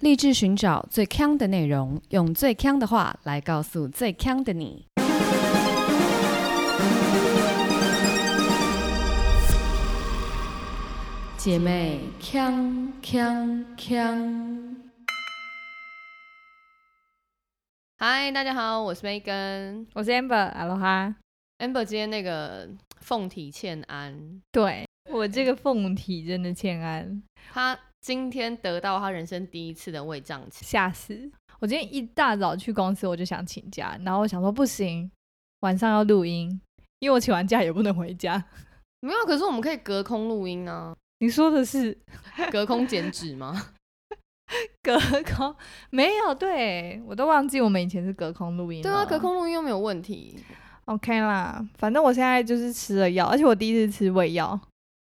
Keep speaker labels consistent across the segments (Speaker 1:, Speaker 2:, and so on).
Speaker 1: 立志寻找最强的内容，用最强的话来告诉最强的你。姐妹，强强强！嗨，大家好，我是 Megan
Speaker 2: 我是 Amber，阿罗哈。
Speaker 1: Amber。今天那个凤体欠安，
Speaker 2: 对我这个凤体真的欠安，
Speaker 1: 她今天得到她人生第一次的胃胀气。
Speaker 2: 吓死！我今天一大早去公司我就想请假，然后我想说不行，晚上要录音，因为我请完假也不能回家。
Speaker 1: 没有，啊可是我们可以隔空录音啊，
Speaker 2: 你说的是
Speaker 1: 隔空减脂 吗？
Speaker 2: 隔空？没有，对我都忘记我们以前是隔空录音。
Speaker 1: 对啊，隔。空录音又没有问题。
Speaker 2: OK 啦，反正我现在就是吃了药，而且我第一次吃胃药，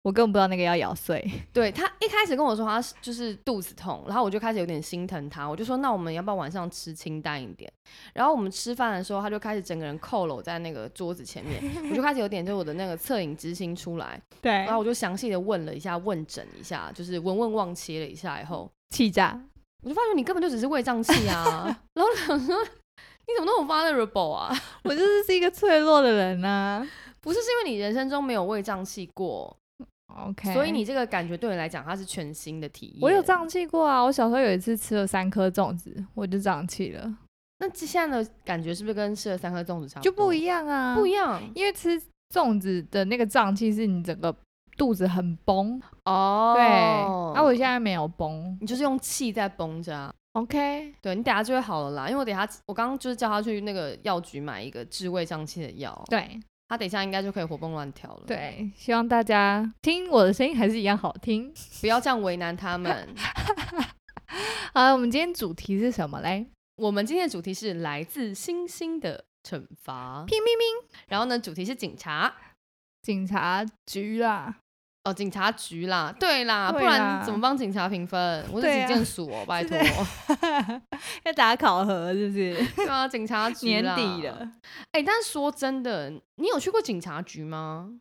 Speaker 2: 我根本不知道那个要咬碎。
Speaker 1: 对他一开始跟我说他是就是肚子痛，然后我就开始有点心疼他，我就说那我们要不要晚上吃清淡一点？然后我们吃饭的时候，他就开始整个人扣拢在那个桌子前面，我就开始有点就我的那个恻隐之心出来，
Speaker 2: 对
Speaker 1: 然后我就详细的问了一下，问诊一下，就是闻问望切了一下以后，
Speaker 2: 气炸。
Speaker 1: 我就发觉你根本就只是胃胀气啊， 然后我想说你怎么那么 vulnerable 啊？
Speaker 2: 我就是是一个脆弱的人啊呐、
Speaker 1: 不是是因为你人生中没有胃胀气过，
Speaker 2: OK，
Speaker 1: 所以你这个感觉对你来讲它是全新的体验。
Speaker 2: 我有胀气过啊！我小时候有一次吃了三颗粽子，我就胀气了，
Speaker 1: 那这现在的感觉是不是跟吃了三颗粽子差
Speaker 2: 就不
Speaker 1: 一
Speaker 2: 一样啊！
Speaker 1: 不一
Speaker 2: 样，
Speaker 1: 样
Speaker 2: 因为吃粽子的那个胀气是你整个肚子很崩，
Speaker 1: 哦
Speaker 2: 对。啊，我现在没有崩
Speaker 1: 你就是用气在绷着啊。
Speaker 2: ，OK，
Speaker 1: 对你等下就会好了啦，因为我等下我刚刚就是叫他去那个药局买一个治胃胀气的药，
Speaker 2: 对
Speaker 1: 他等一下应该就可以活蹦乱跳了。，
Speaker 2: 对，希望大家听我的声音还是一样好听。
Speaker 1: 不要这样为难他们。
Speaker 2: 好了，我们今天主题是什么嘞？
Speaker 1: 我们今天的主题是来自星星的惩罚，
Speaker 2: 乒乒乒，
Speaker 1: 然后呢，主题是警察
Speaker 2: 警察局啦，
Speaker 1: 哦，警察局啦，对啦，
Speaker 2: 对
Speaker 1: 不然
Speaker 2: 啦
Speaker 1: 怎么帮警察评分？我是
Speaker 2: 对
Speaker 1: 警
Speaker 2: 啊
Speaker 1: 政署哦，拜
Speaker 2: 是
Speaker 1: 托
Speaker 2: 的， 要打考核是不 是？
Speaker 1: 对啊，警察局
Speaker 2: 年
Speaker 1: 啦
Speaker 2: 底了，
Speaker 1: 哎、但是说真的，你有去过警察局吗？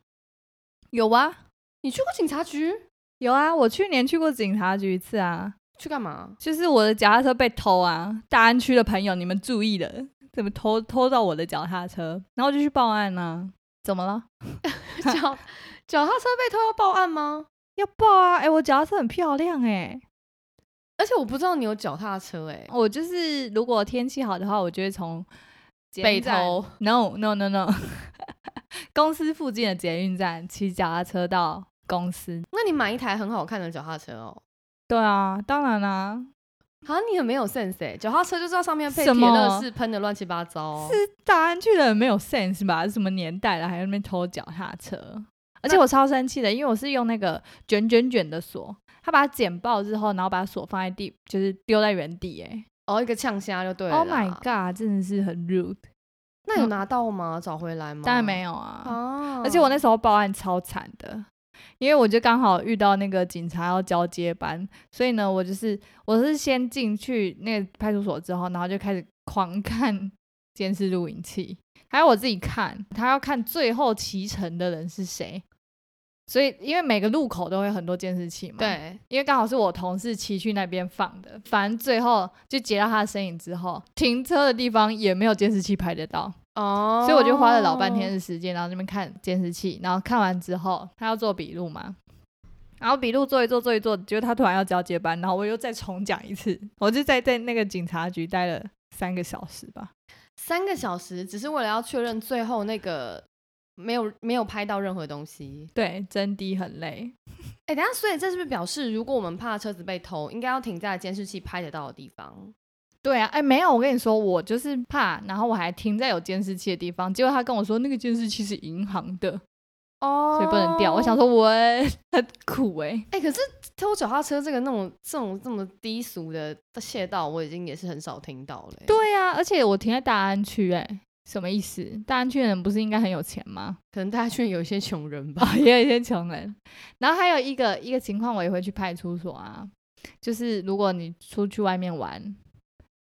Speaker 2: 有啊
Speaker 1: 你去过警察局
Speaker 2: 有啊，我去年去过警察局一次啊。
Speaker 1: 去干嘛？
Speaker 2: 就是我的脚踏车被偷啊！大安区的朋友，你们注意了，怎么偷偷到我的脚踏车？然后我就去报案啊。怎么了？
Speaker 1: 脚 脚踏车被偷要报案吗？
Speaker 2: 要报啊！哎、我脚踏车很漂亮哎、
Speaker 1: 而且我不知道你有脚踏车哎、
Speaker 2: 我就是如果天气好的话，我就会从捷运
Speaker 1: 被
Speaker 2: 站
Speaker 1: 偷。
Speaker 2: No no no no，公司附近的捷运站骑脚踏车到公司。
Speaker 1: 那你买一台很好看的脚踏车哦。
Speaker 2: 对啊，当然啦、
Speaker 1: 好像你很没有 sense 哎、脚踏车就知道上面配
Speaker 2: 什
Speaker 1: 铁
Speaker 2: 么
Speaker 1: 乐士喷的乱七八糟、哦。
Speaker 2: 是大安去的人没有 sense 吧？什么年代了，还在那边偷脚踏车？而且我超生气的，因为我是用那个卷卷卷的锁，他把它剪爆之后，然后把锁放在地，就是丢在原地、欸。
Speaker 1: 哦，一个呛虾就对
Speaker 2: 哎
Speaker 1: 了啦。
Speaker 2: ，Oh my god，真的是很 rude。
Speaker 1: 那有拿到吗？找回来吗？
Speaker 2: 当然没有啊，
Speaker 1: 啊。
Speaker 2: 而且我那时候报案超惨的，因为我就刚好遇到那个警察要交接班，所以呢，我就是我是先进去那个派出所之后，然后就开始狂 看监视录影器，还有我自己看，他要看最后骑乘的人是谁。所以，因为每个路口都会有很多监视器嘛，，
Speaker 1: 对，
Speaker 2: 因为刚好是我同事骑去那边放的，反正最后就截到他的身影之后，停车的地方也没有监视器拍得到，
Speaker 1: 哦，
Speaker 2: 所以我就花了老半天。的时间，然后在那边看监视器，然后看完之后，他要做笔录嘛，然后笔录做一做做一做，结果他突然要交接班，然后我又再重讲一次，我就在在那个警察局待了三个小时吧。
Speaker 1: 三个小时，只是为了要确认最后那个没有没有拍到任何东西。
Speaker 2: 对，真的很累。
Speaker 1: 哎、等一下，所以这是不是表示，如果我们怕车子被偷，应该要停在监视器拍得到的地方？
Speaker 2: 对啊，哎，没有，我跟你说，我就是怕，然后我还停在有监视器的地方，结果他跟我说那个监视器是银行的，
Speaker 1: 哦
Speaker 2: 所以不能掉。我想，说我很苦哎、
Speaker 1: 哎、可是偷脚踏车这个那种这种这么低俗的窃盗，我已经也是很少听到了、欸。
Speaker 2: 对啊，而且我停在大安区哎、什么意思？大安区的人不是应该很有钱吗？
Speaker 1: 可能大家确有一些穷人吧。
Speaker 2: 啊， 也有一些穷人。然后还有一个一个情况，我也会去派出所啊，就是如果你出去外面玩，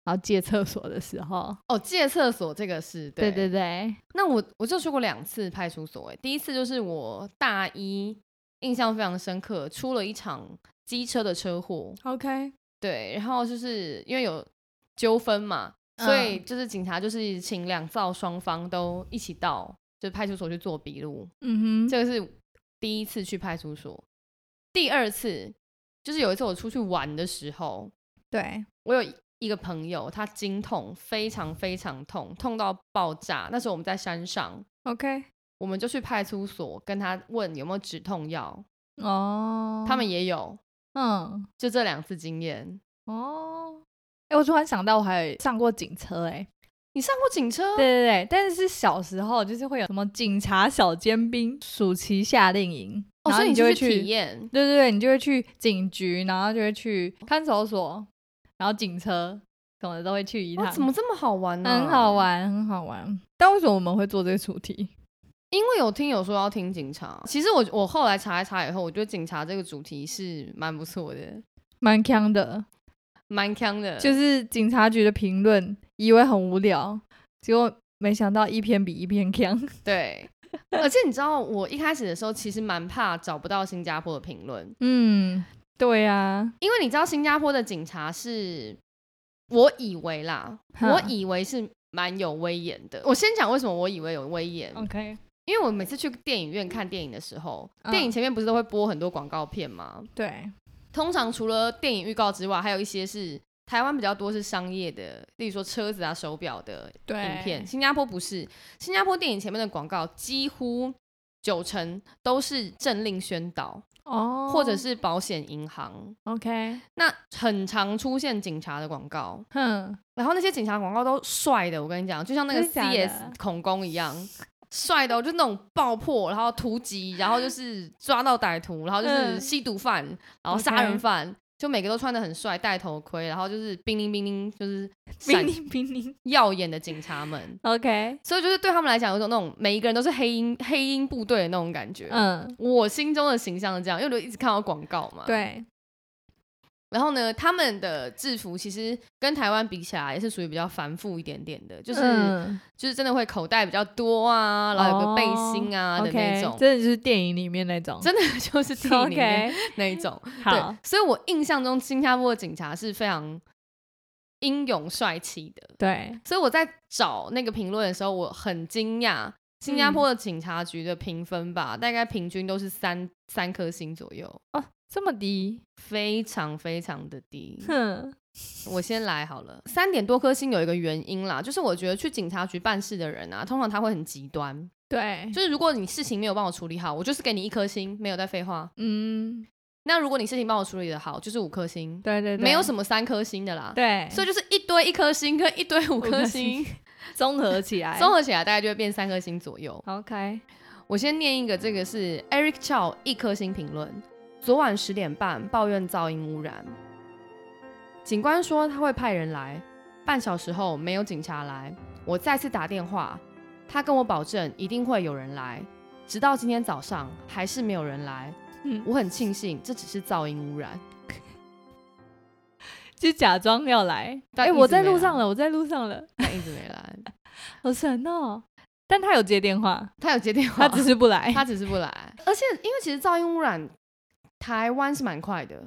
Speaker 2: 然后借厕所的时候，
Speaker 1: 哦，借厕所这个是
Speaker 2: 对
Speaker 1: 对
Speaker 2: 对对，
Speaker 1: 那我我就去过两次派出所、欸，第一次就是我大一，印象非常深刻，出了一场机车的车祸。
Speaker 2: 哦，OK，
Speaker 1: 对，然后就是因为有纠纷嘛，所以
Speaker 2: 嗯
Speaker 1: 就是警察就是请两造双方都一起到就是派出所去做笔录，
Speaker 2: 嗯哼，
Speaker 1: 这个是第一次去派出所，第二次就是有一次我出去玩的时候，
Speaker 2: 对，
Speaker 1: 我有一个朋友，他经痛非常非常痛，痛到爆炸。那时候我们在山上，
Speaker 2: OK，
Speaker 1: 我们就去派出所跟他问有没有止痛药，
Speaker 2: 哦，
Speaker 1: 他们也有，
Speaker 2: 嗯，
Speaker 1: 就这两次经验。
Speaker 2: 哦，哎、我突然想到，我还有上过警车、哎，
Speaker 1: 你上过警车？
Speaker 2: 对对对，但是是小时候，就是会有什么警察小尖兵、暑期夏令营，
Speaker 1: 哦，
Speaker 2: 然
Speaker 1: 所
Speaker 2: 后
Speaker 1: 以
Speaker 2: 就会
Speaker 1: 是去体验。
Speaker 2: 对对对，你就会去警局，然后就会去看守所，然后警车什么的都会去一趟，
Speaker 1: 哇，哦怎么这么好玩呢、
Speaker 2: 很好，玩，很好玩。但为什么我们会做这个主题？
Speaker 1: 因为有听友说要听警察。其实我我后来查一查以后，我觉得警察这个主题是蛮不错的，
Speaker 2: 蛮强的，
Speaker 1: 蛮强的。
Speaker 2: 就是警察局的评论，以为很无聊，结果没想到一篇比一篇强。
Speaker 1: 对，而且你知道，我一开始的时候其实蛮怕找不到新加坡的评论，
Speaker 2: 嗯，对啊呀、
Speaker 1: 因为你知道新加坡的警察是，我以为啦，
Speaker 2: 哈
Speaker 1: 我以为是蛮有威严的。我先讲为什么我以为有威严，
Speaker 2: OK，
Speaker 1: 因为我每次去电影院看电影的时候，
Speaker 2: 嗯
Speaker 1: 电影前面不是都会播很多广告片吗？
Speaker 2: 对，
Speaker 1: 通常除了电影预告之外，还有一些是台湾比较多是商业的，例如说车子啊、手表的
Speaker 2: 对
Speaker 1: 影片。新加坡不是，新加坡电影前面的广告几乎九成都是政令宣导，
Speaker 2: 哦，
Speaker 1: 或者是保险银行。
Speaker 2: OK，
Speaker 1: 那很常出现警察的广告，
Speaker 2: 哼，
Speaker 1: 然后那些警察广告都帅的，我跟你讲，就像那个
Speaker 2: 真的假的
Speaker 1: CS 恐攻一样，帅的哦、就是那种爆破，然后突击，然后 就是抓到歹徒，然后就是
Speaker 2: 嗯
Speaker 1: 吸毒犯，然后杀
Speaker 2: OK
Speaker 1: 人犯，就每个都穿的很帅，戴头盔，然后就是冰灵冰灵，就是
Speaker 2: 冰
Speaker 1: 闪
Speaker 2: 凌冰凌
Speaker 1: 耀眼的警察们。
Speaker 2: ，OK，
Speaker 1: 所以就是对他们来讲，有种那种每一个人都是黑鹰黑鹰部队的那种感觉。
Speaker 2: 嗯，
Speaker 1: 我心中的形象是这样，因为我就一直看到广告嘛。
Speaker 2: 对，
Speaker 1: 然后呢，他们的制服其实跟台湾比起来，也是属于比较繁复一点点的，就是、
Speaker 2: 嗯
Speaker 1: 就是真的会口袋比较多啊，然后有个背
Speaker 2: 哦
Speaker 1: 心啊的
Speaker 2: OK，
Speaker 1: 那种，
Speaker 2: 真的就是电影里面那种。
Speaker 1: 真的 就是电影里面
Speaker 2: OK，
Speaker 1: 那一 种。
Speaker 2: 好
Speaker 1: 对，，所以我印象中新加坡的警察是非常英勇帅气的，
Speaker 2: 对，
Speaker 1: 所以我在找那个评论的时候，我很惊讶。新加
Speaker 2: 嗯
Speaker 1: 坡的警察局的评分吧，大概平均都是三三颗星左右，
Speaker 2: 这么低，
Speaker 1: 非常非常的低。
Speaker 2: 哼，
Speaker 1: 我先来好了。三点多颗星有一个原因啦，就是我觉得去警察局办事的人啊，通常他会很极端。
Speaker 2: 对，
Speaker 1: 就是如果你事情没有帮我处理好，我就是给你一颗星，没有在废话。
Speaker 2: 嗯，
Speaker 1: 那如果你事情帮我处理的好，就是五颗星，
Speaker 2: 对对，
Speaker 1: 没有
Speaker 2: 么，
Speaker 1: 什么三颗星的啦。
Speaker 2: 对，
Speaker 1: 所以就是一堆一颗星跟一堆五颗星
Speaker 2: 五，综合起来，
Speaker 1: 综合起来大概就会变三颗星左右。
Speaker 2: OK，
Speaker 1: 我先念一个，这个是 Eric Chow 一颗星评论，昨晚十点半抱怨噪音污染，警官说他会派人来，半小时后没有警察来，我再次打电话，他跟我保证一定会有人来，直到今天早上还是没有人来，
Speaker 2: 嗯，
Speaker 1: 我很庆幸这只是噪音污染。
Speaker 2: 就假装要来，
Speaker 1: 但
Speaker 2: 哎，
Speaker 1: 一直
Speaker 2: 我在
Speaker 1: 没
Speaker 2: 路
Speaker 1: 来
Speaker 2: 上了，我在路上了，
Speaker 1: 他一直没来，
Speaker 2: 好神哦。但他有接电话，
Speaker 1: 他有接电话，
Speaker 2: 他只是不来，
Speaker 1: 他只是不来，而且因为其实噪音污染，台湾是蛮快的，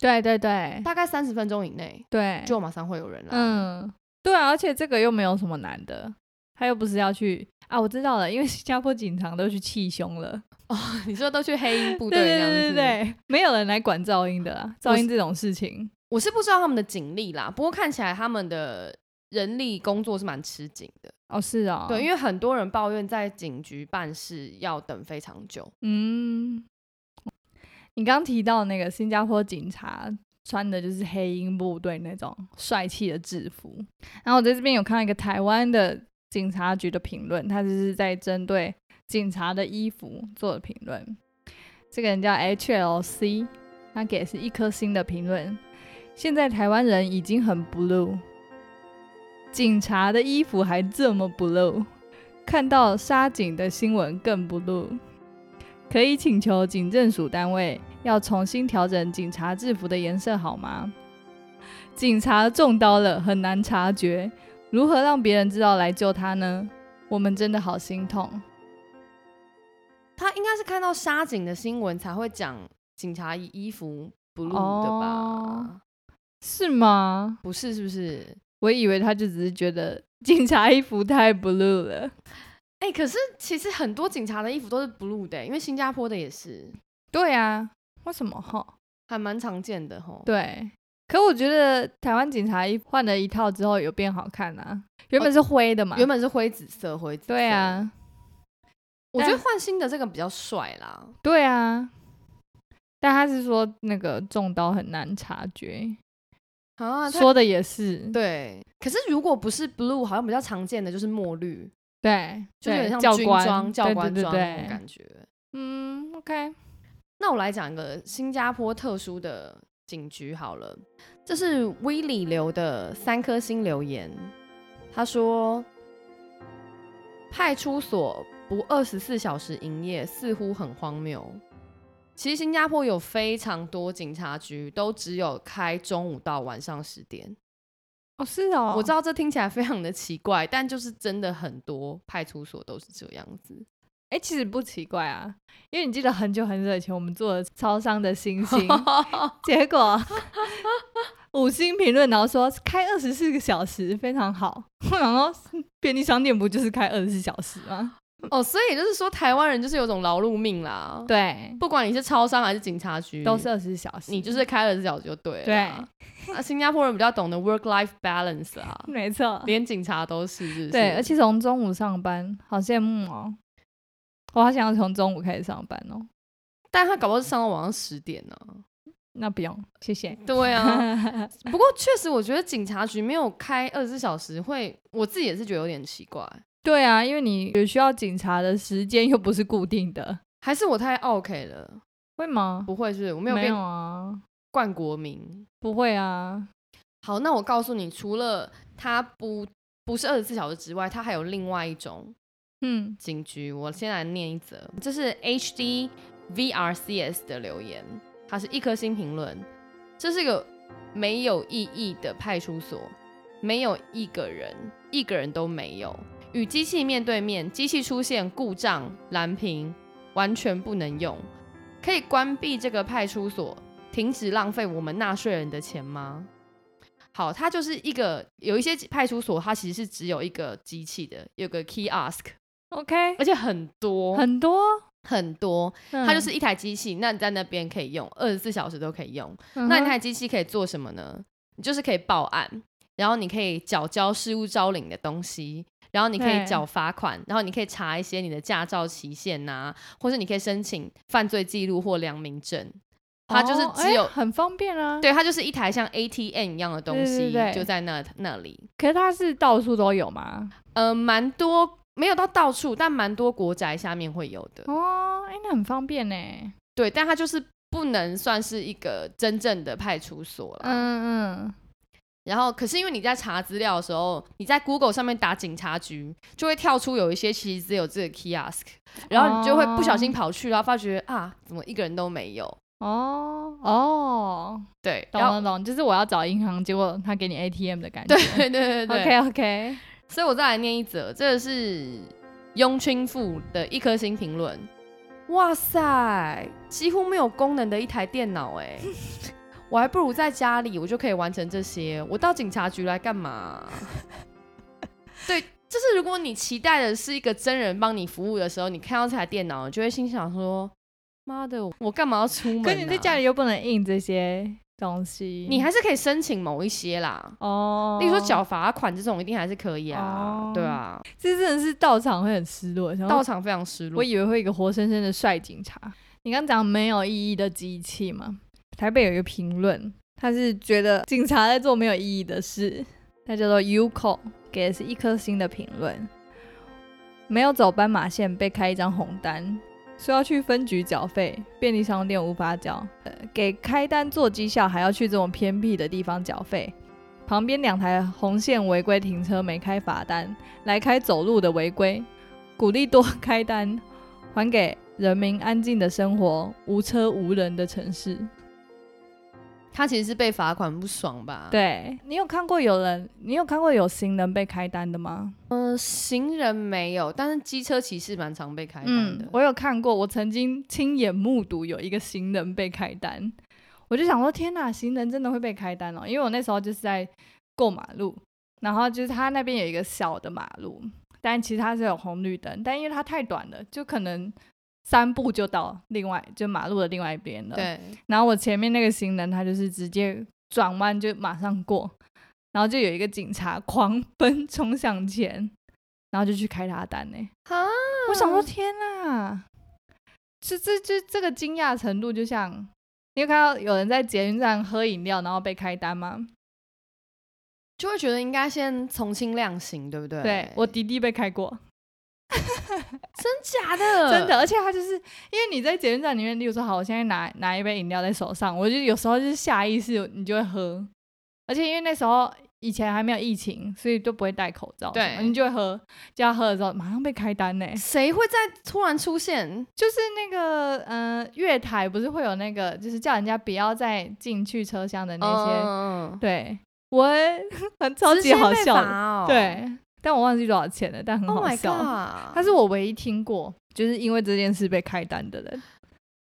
Speaker 2: 对对对
Speaker 1: 大概三十分钟以内
Speaker 2: 对，
Speaker 1: 就马上会有人来。
Speaker 2: 嗯，对啊，而且这个又没有什么难的，他又不是要去啊，我知道了，因为新加坡警察都去气胸了，
Speaker 1: 你说都去黑鹰部队
Speaker 2: 对
Speaker 1: 这
Speaker 2: 对
Speaker 1: 样子，
Speaker 2: 对对对，没有人来管噪音的啦，
Speaker 1: 我
Speaker 2: 噪
Speaker 1: 是
Speaker 2: 音这种事情，
Speaker 1: 我是不知道他们的警力啦，不过看起来他们的人力工作是蛮吃紧的。
Speaker 2: 哦是哦，
Speaker 1: 对，因
Speaker 2: 为
Speaker 1: 为很多人抱怨在警局办事要等非常久。
Speaker 2: 嗯，你刚提到那个新加坡警察。穿的就是黑鹰部队那种帅气的制服，然后我在这边有看到一个台湾的警察局的评论，他就是在针对警察的衣服做的评论。这个人叫 HLC，他给的是一颗星的评论。现在台湾人已经很 blue，警察的衣服还这么 blue，看到杀警的新闻更 blue。可以请求警政署单位要重新调整警察制服的颜色好吗？警察中刀了，很难察觉，如何让别人知道来救他呢？我们真的好心痛。
Speaker 1: 他应该是看到杀警的新闻才会讲警察衣服 blue 的吧？
Speaker 2: 哦是吗？
Speaker 1: 不是是不是？
Speaker 2: 我以为他就只是觉得警察衣服太 blue 了。
Speaker 1: 哎、可是其实很多警察的衣服都是 blue 的、因为新加坡的也是，
Speaker 2: 对啊，为什么哈？
Speaker 1: 还蛮常见的吼。
Speaker 2: 对，可我觉得台湾警察衣服换了一套之后有变好看啊，原本是灰的嘛，
Speaker 1: 原本是灰紫色，灰紫色。
Speaker 2: 对，啊，
Speaker 1: 我觉得
Speaker 2: 但
Speaker 1: 换新的这个比较帅啦。
Speaker 2: 对啊，但他是说那个中刀很难察觉，
Speaker 1: 啊，它
Speaker 2: 说的也是，
Speaker 1: 对。可是如果不是 blue，好像比较常见的就是墨绿，
Speaker 2: 对，
Speaker 1: 就是有
Speaker 2: 对
Speaker 1: 点
Speaker 2: 教
Speaker 1: 像军
Speaker 2: 官
Speaker 1: 装、教
Speaker 2: 对
Speaker 1: 官
Speaker 2: 对
Speaker 1: 装
Speaker 2: 对
Speaker 1: 那种
Speaker 2: 对
Speaker 1: 感觉。
Speaker 2: 嗯，OK，
Speaker 1: 那我来讲一个新加坡特殊的警局好了，这是威里留的三颗星留言，他说：“派出所不二十四小时营业似乎很荒谬。其实新加坡有非常多警察局都只有开中午到晚上十点。
Speaker 2: 哦是哦，
Speaker 1: 我知道这听起来非常的奇怪，但就是真的很多派出所都是这样子。
Speaker 2: 哎、其实不奇怪啊，因为你记得很久很久以前我们做了超商的 星星，结果五星评论，然后说开二十四个小时非常好， 然后便利商店不就是开二十四小时吗？
Speaker 1: 哦，所以就是说台湾人就是有种劳碌命啦。
Speaker 2: 对，
Speaker 1: 不管你是超商还是警察局，
Speaker 2: 都是二十四小时，
Speaker 1: 你就是开了小时就对了。
Speaker 2: 对
Speaker 1: 啊，新加坡人比较懂得 work life balance 啊，
Speaker 2: 没错，
Speaker 1: 连警察都是是不是
Speaker 2: 对，而且从中午上班，好羡慕哦。我好想要从中午开始上班哦。
Speaker 1: 但他搞不好是上到晚上十点呢、
Speaker 2: 那不用，谢谢。
Speaker 1: 对啊， 不过确实我觉得警察局没有开二十四小时会，我自己也是觉得有点奇怪。
Speaker 2: 对啊，因为你有需要警察的时间又不是固定的，
Speaker 1: 还是我太 OK 了，
Speaker 2: 会吗？
Speaker 1: 不会是不是我没
Speaker 2: 没
Speaker 1: 有变
Speaker 2: 啊，
Speaker 1: 冠国民。
Speaker 2: 不会啊。
Speaker 1: 好，那我告诉你，除了他不不是二十四小时之外，他还有另外一种，
Speaker 2: 嗯，
Speaker 1: 警局，我先来念一则，这是 HD VRCS 的留言，它是一颗星评论，这是个没有意义的派出所，没有一个人，一个人都没有，与机器面对面，机器出现故障蓝屏，完全不能用，可以关闭这个派出所，停止浪费我们纳税人的钱吗？好，它就是一个有一些派出所，它其实是只有一个机器的，有个 kiosk，
Speaker 2: OK，
Speaker 1: 而且很多
Speaker 2: 很多，嗯
Speaker 1: 很多，
Speaker 2: 它
Speaker 1: 它就是，一台机器，那你在那边可以用，二十四小时都可以用。
Speaker 2: 嗯
Speaker 1: 那那
Speaker 2: 哼
Speaker 1: 台机器可以做什么呢？你就是可以报案，然后你可以缴交失物招领的东西，然后你可以
Speaker 2: 对
Speaker 1: 缴罚款，然后你可以查一些你的驾照期限呐、或是你可以申请犯罪记录或良民证。它就是
Speaker 2: 哦
Speaker 1: 只
Speaker 2: 哎
Speaker 1: 有、
Speaker 2: 很方便啊。，
Speaker 1: 对，它就是一台像 ATM 一样的东
Speaker 2: 对对
Speaker 1: 西，
Speaker 2: 对
Speaker 1: 就在那那里。
Speaker 2: 可是它是到处都有嘛。
Speaker 1: 呃，蛮多没有到到处，但蛮多国宅下面会有的。
Speaker 2: 哦，哎，那很方便呢。
Speaker 1: 呃对，但它就是不能算是一个真正的派出所啦。
Speaker 2: 嗯嗯，
Speaker 1: 然后，可是因为你在查资料的时候，你在 Google 上面打警察局，就会跳出有一些其实只有这个 kiosk，然后你就会不小心跑去，然后发觉啊，怎么一个人都没有？
Speaker 2: 哦哦，
Speaker 1: 对，
Speaker 2: 懂
Speaker 1: 然后
Speaker 2: 了懂，就是我要找银行，结果他给你 ATM 的感觉。
Speaker 1: 对对对对对
Speaker 2: OK OK，
Speaker 1: 所以我再来念一则，这个是雍君富的一颗星评论。哇塞，几乎没有功能的一台电脑哎、我还不如在家里，我就可以完成这些。我到警察局来干嘛？对，就是如果你期待的是一个真人帮你服务的时候，你看到这台电脑，你就会心想说：“妈的，我干嘛要出门、啊？”
Speaker 2: 可你在家里，又不能印这些东西，
Speaker 1: 你还是可以申请某一些啦，
Speaker 2: 哦，
Speaker 1: 例如说缴罚款这种，一定还是可以啊
Speaker 2: 哦
Speaker 1: 对啊。
Speaker 2: 这真的是到场会很失落，想说
Speaker 1: 到场非常失落。
Speaker 2: 我以为会有一个活生生的帅警察。你刚讲没有意义的机器嘛？台北有一个评论，他是觉得警察在做没有意义的事，他叫做 Uco，给的是一颗星的评论。没有走斑马线被开一张红单，说要去分局缴费，便利商店无法缴，呃，给开单做绩效还要去这种偏僻的地方缴费。旁边两台红线违规停车没开罚单，来开走路的违规，鼓励多 开单，还给人民安静的生活，无车无人的城市。
Speaker 1: 他其实是被罚款不爽吧？，
Speaker 2: 对你有看过有人，你有看过有行人被开单的吗？
Speaker 1: 嗯、行人没有，但是机车骑士蛮常
Speaker 2: 嗯
Speaker 1: 被开单的。
Speaker 2: 我有看过，我曾经亲眼目睹有一个行人被开单，我就想说，天哪，行人真的会被开单哦！因为我那时候就是在过马路，然后就是它那边有一个小的马路，但其实它是有红绿灯，但因为它太短了，就可能三步就到另外就马路的另外一边了。。
Speaker 1: 对，
Speaker 2: 然后我前面那个行人，他就是直接转弯就马上过，然后就有一个警察狂奔冲向前，然后就去开他的单呢、
Speaker 1: 哈，
Speaker 2: 我想说，天哪，这这这这个惊讶程度，就像你有看到有人在捷运站喝饮料然后被开单吗？
Speaker 1: 就会觉得应该先从轻量刑，对不对？
Speaker 2: 对我弟弟被开过，
Speaker 1: 真假的，
Speaker 2: 真的，而且他就是因为你在捷运站里面，例如说，好，我现在拿拿一杯饮料在手上，我就有时候就是下意识你就会喝，而且因为那时候以前还没有疫情，所以就不会戴口罩什么，
Speaker 1: 对
Speaker 2: 你就会喝，就要喝的时候马上被开单呢、
Speaker 1: 谁会在突然出现？
Speaker 2: 就是那个呃月台不是会有那个，就是叫人家不要再进去车厢的那些，
Speaker 1: 嗯
Speaker 2: 对我很超
Speaker 1: 直
Speaker 2: 级
Speaker 1: 接
Speaker 2: 好
Speaker 1: 被
Speaker 2: 笑的，
Speaker 1: 罚哦、
Speaker 2: 对，但我忘记多少钱了，但很
Speaker 1: ，Oh
Speaker 2: 好
Speaker 1: my
Speaker 2: 笑。
Speaker 1: god，
Speaker 2: 他是我唯一听过，就是因为这件事被开单的人。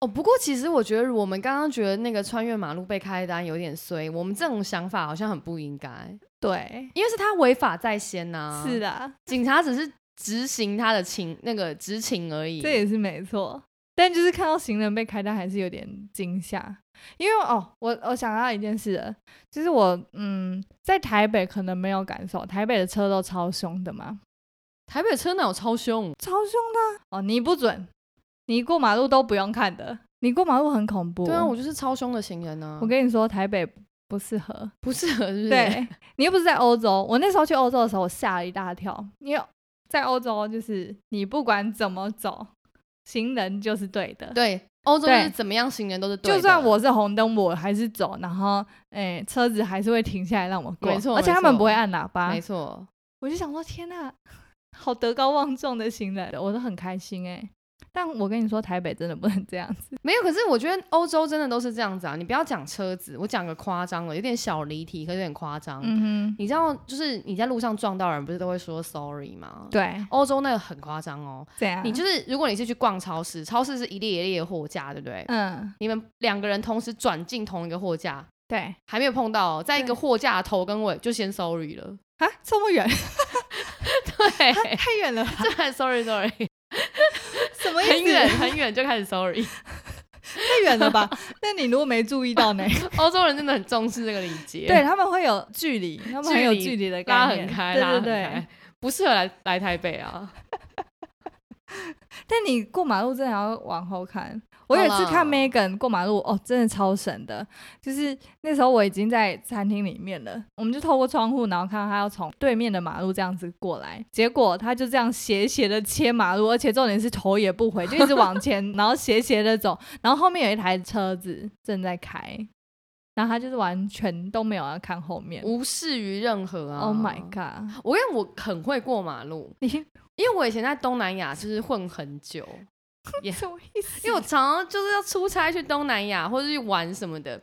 Speaker 1: 哦，不过其实我觉得我们刚刚觉得那个穿越马路被开单有点衰，我们这种想法好像很不应该，
Speaker 2: 对，
Speaker 1: 因为是他违法在先呐、
Speaker 2: 是，的，
Speaker 1: 警察只是执行他的情那个执勤而已。
Speaker 2: 这也是没错。但就是看到行人被开单，还是有点惊吓。因为哦，我我想到一件事了，就是我嗯，在台北可能没有感受，台北的车都超凶的嘛，
Speaker 1: 台北车哪有超凶？
Speaker 2: 超凶的啊哦，你不准，你过马路都不用看的，你过马路很恐怖。哦
Speaker 1: 对啊，我就是超凶的行人呢、
Speaker 2: 我跟你说，台北不适合。
Speaker 1: 不适合，是不是？
Speaker 2: 对 你又不是在欧洲，我那时候去欧洲的时候，我吓了一大跳，因为在欧洲就是你不管怎么走，行人就是对的。
Speaker 1: 对，欧洲就是
Speaker 2: 对
Speaker 1: 怎么样行人都是对的
Speaker 2: 就算我是红灯，我还是走，然后诶、车子还是会停下来让我过，
Speaker 1: 没错
Speaker 2: 而且
Speaker 1: 没
Speaker 2: 他们
Speaker 1: 错
Speaker 2: 不会按喇叭
Speaker 1: 没。错，
Speaker 2: 我就想说，天呐，好德高望重的行人，我都很开心诶、但我跟你说，台北真的不能这样子。
Speaker 1: 没有。可是我觉得欧洲真的都是这样子啊！你不要讲车子，我讲个夸张的，有点小离题，可是有点夸张。
Speaker 2: 嗯
Speaker 1: 你知道，就是你在路上撞到人，不是都会说 sorry 吗？
Speaker 2: 哼，，对，啊
Speaker 1: 欧洲那个很夸张哦。
Speaker 2: 这样
Speaker 1: 你就是如果你是去逛超市，超市是一列一列的货架，对不对？
Speaker 2: 嗯，
Speaker 1: 你们两个人同时转进同一个货架，
Speaker 2: 对
Speaker 1: 还没有碰到、哦，在一
Speaker 2: 对
Speaker 1: 个货架的头跟尾就先 sorry 了。
Speaker 2: 啊，这么远，
Speaker 1: 对，
Speaker 2: 太远了吧？
Speaker 1: 就开始 sorry sorry，
Speaker 2: 什么意思？
Speaker 1: 哎 很远很远就开始 sorry。
Speaker 2: 太远了吧？那你如果没注意到呢？
Speaker 1: 欧洲人真的很重视这个礼节，
Speaker 2: 对，他们会有距离，他们很有
Speaker 1: 距离
Speaker 2: 距离的概
Speaker 1: 拉
Speaker 2: 念，
Speaker 1: 很开，
Speaker 2: 对
Speaker 1: 拉
Speaker 2: 对
Speaker 1: 很
Speaker 2: 对
Speaker 1: 开。，不适合来来台北啊。
Speaker 2: 但你过马路真的要往后看。我有一次看
Speaker 1: 好啦
Speaker 2: Megan 过马路，哦，真的超神的。就是那时候我已经在餐厅里面了，我们就透过窗户，然后看到他要从对面的马路这样子过来，结果他就这样斜斜的切马路，而且重点是头也不回，就一直往前，然后斜斜的走， 然后后面有一台车子正在开，然后他就是完全都没有要看后面。
Speaker 1: 无视于任何啊。
Speaker 2: Oh my god！
Speaker 1: 我跟你讲我很会过马路，
Speaker 2: 你
Speaker 1: 因为我以前在东南亚就是混很久，Yeah
Speaker 2: 什么意思？
Speaker 1: 因为我常常就是要出差去东南亚或者去玩什么的。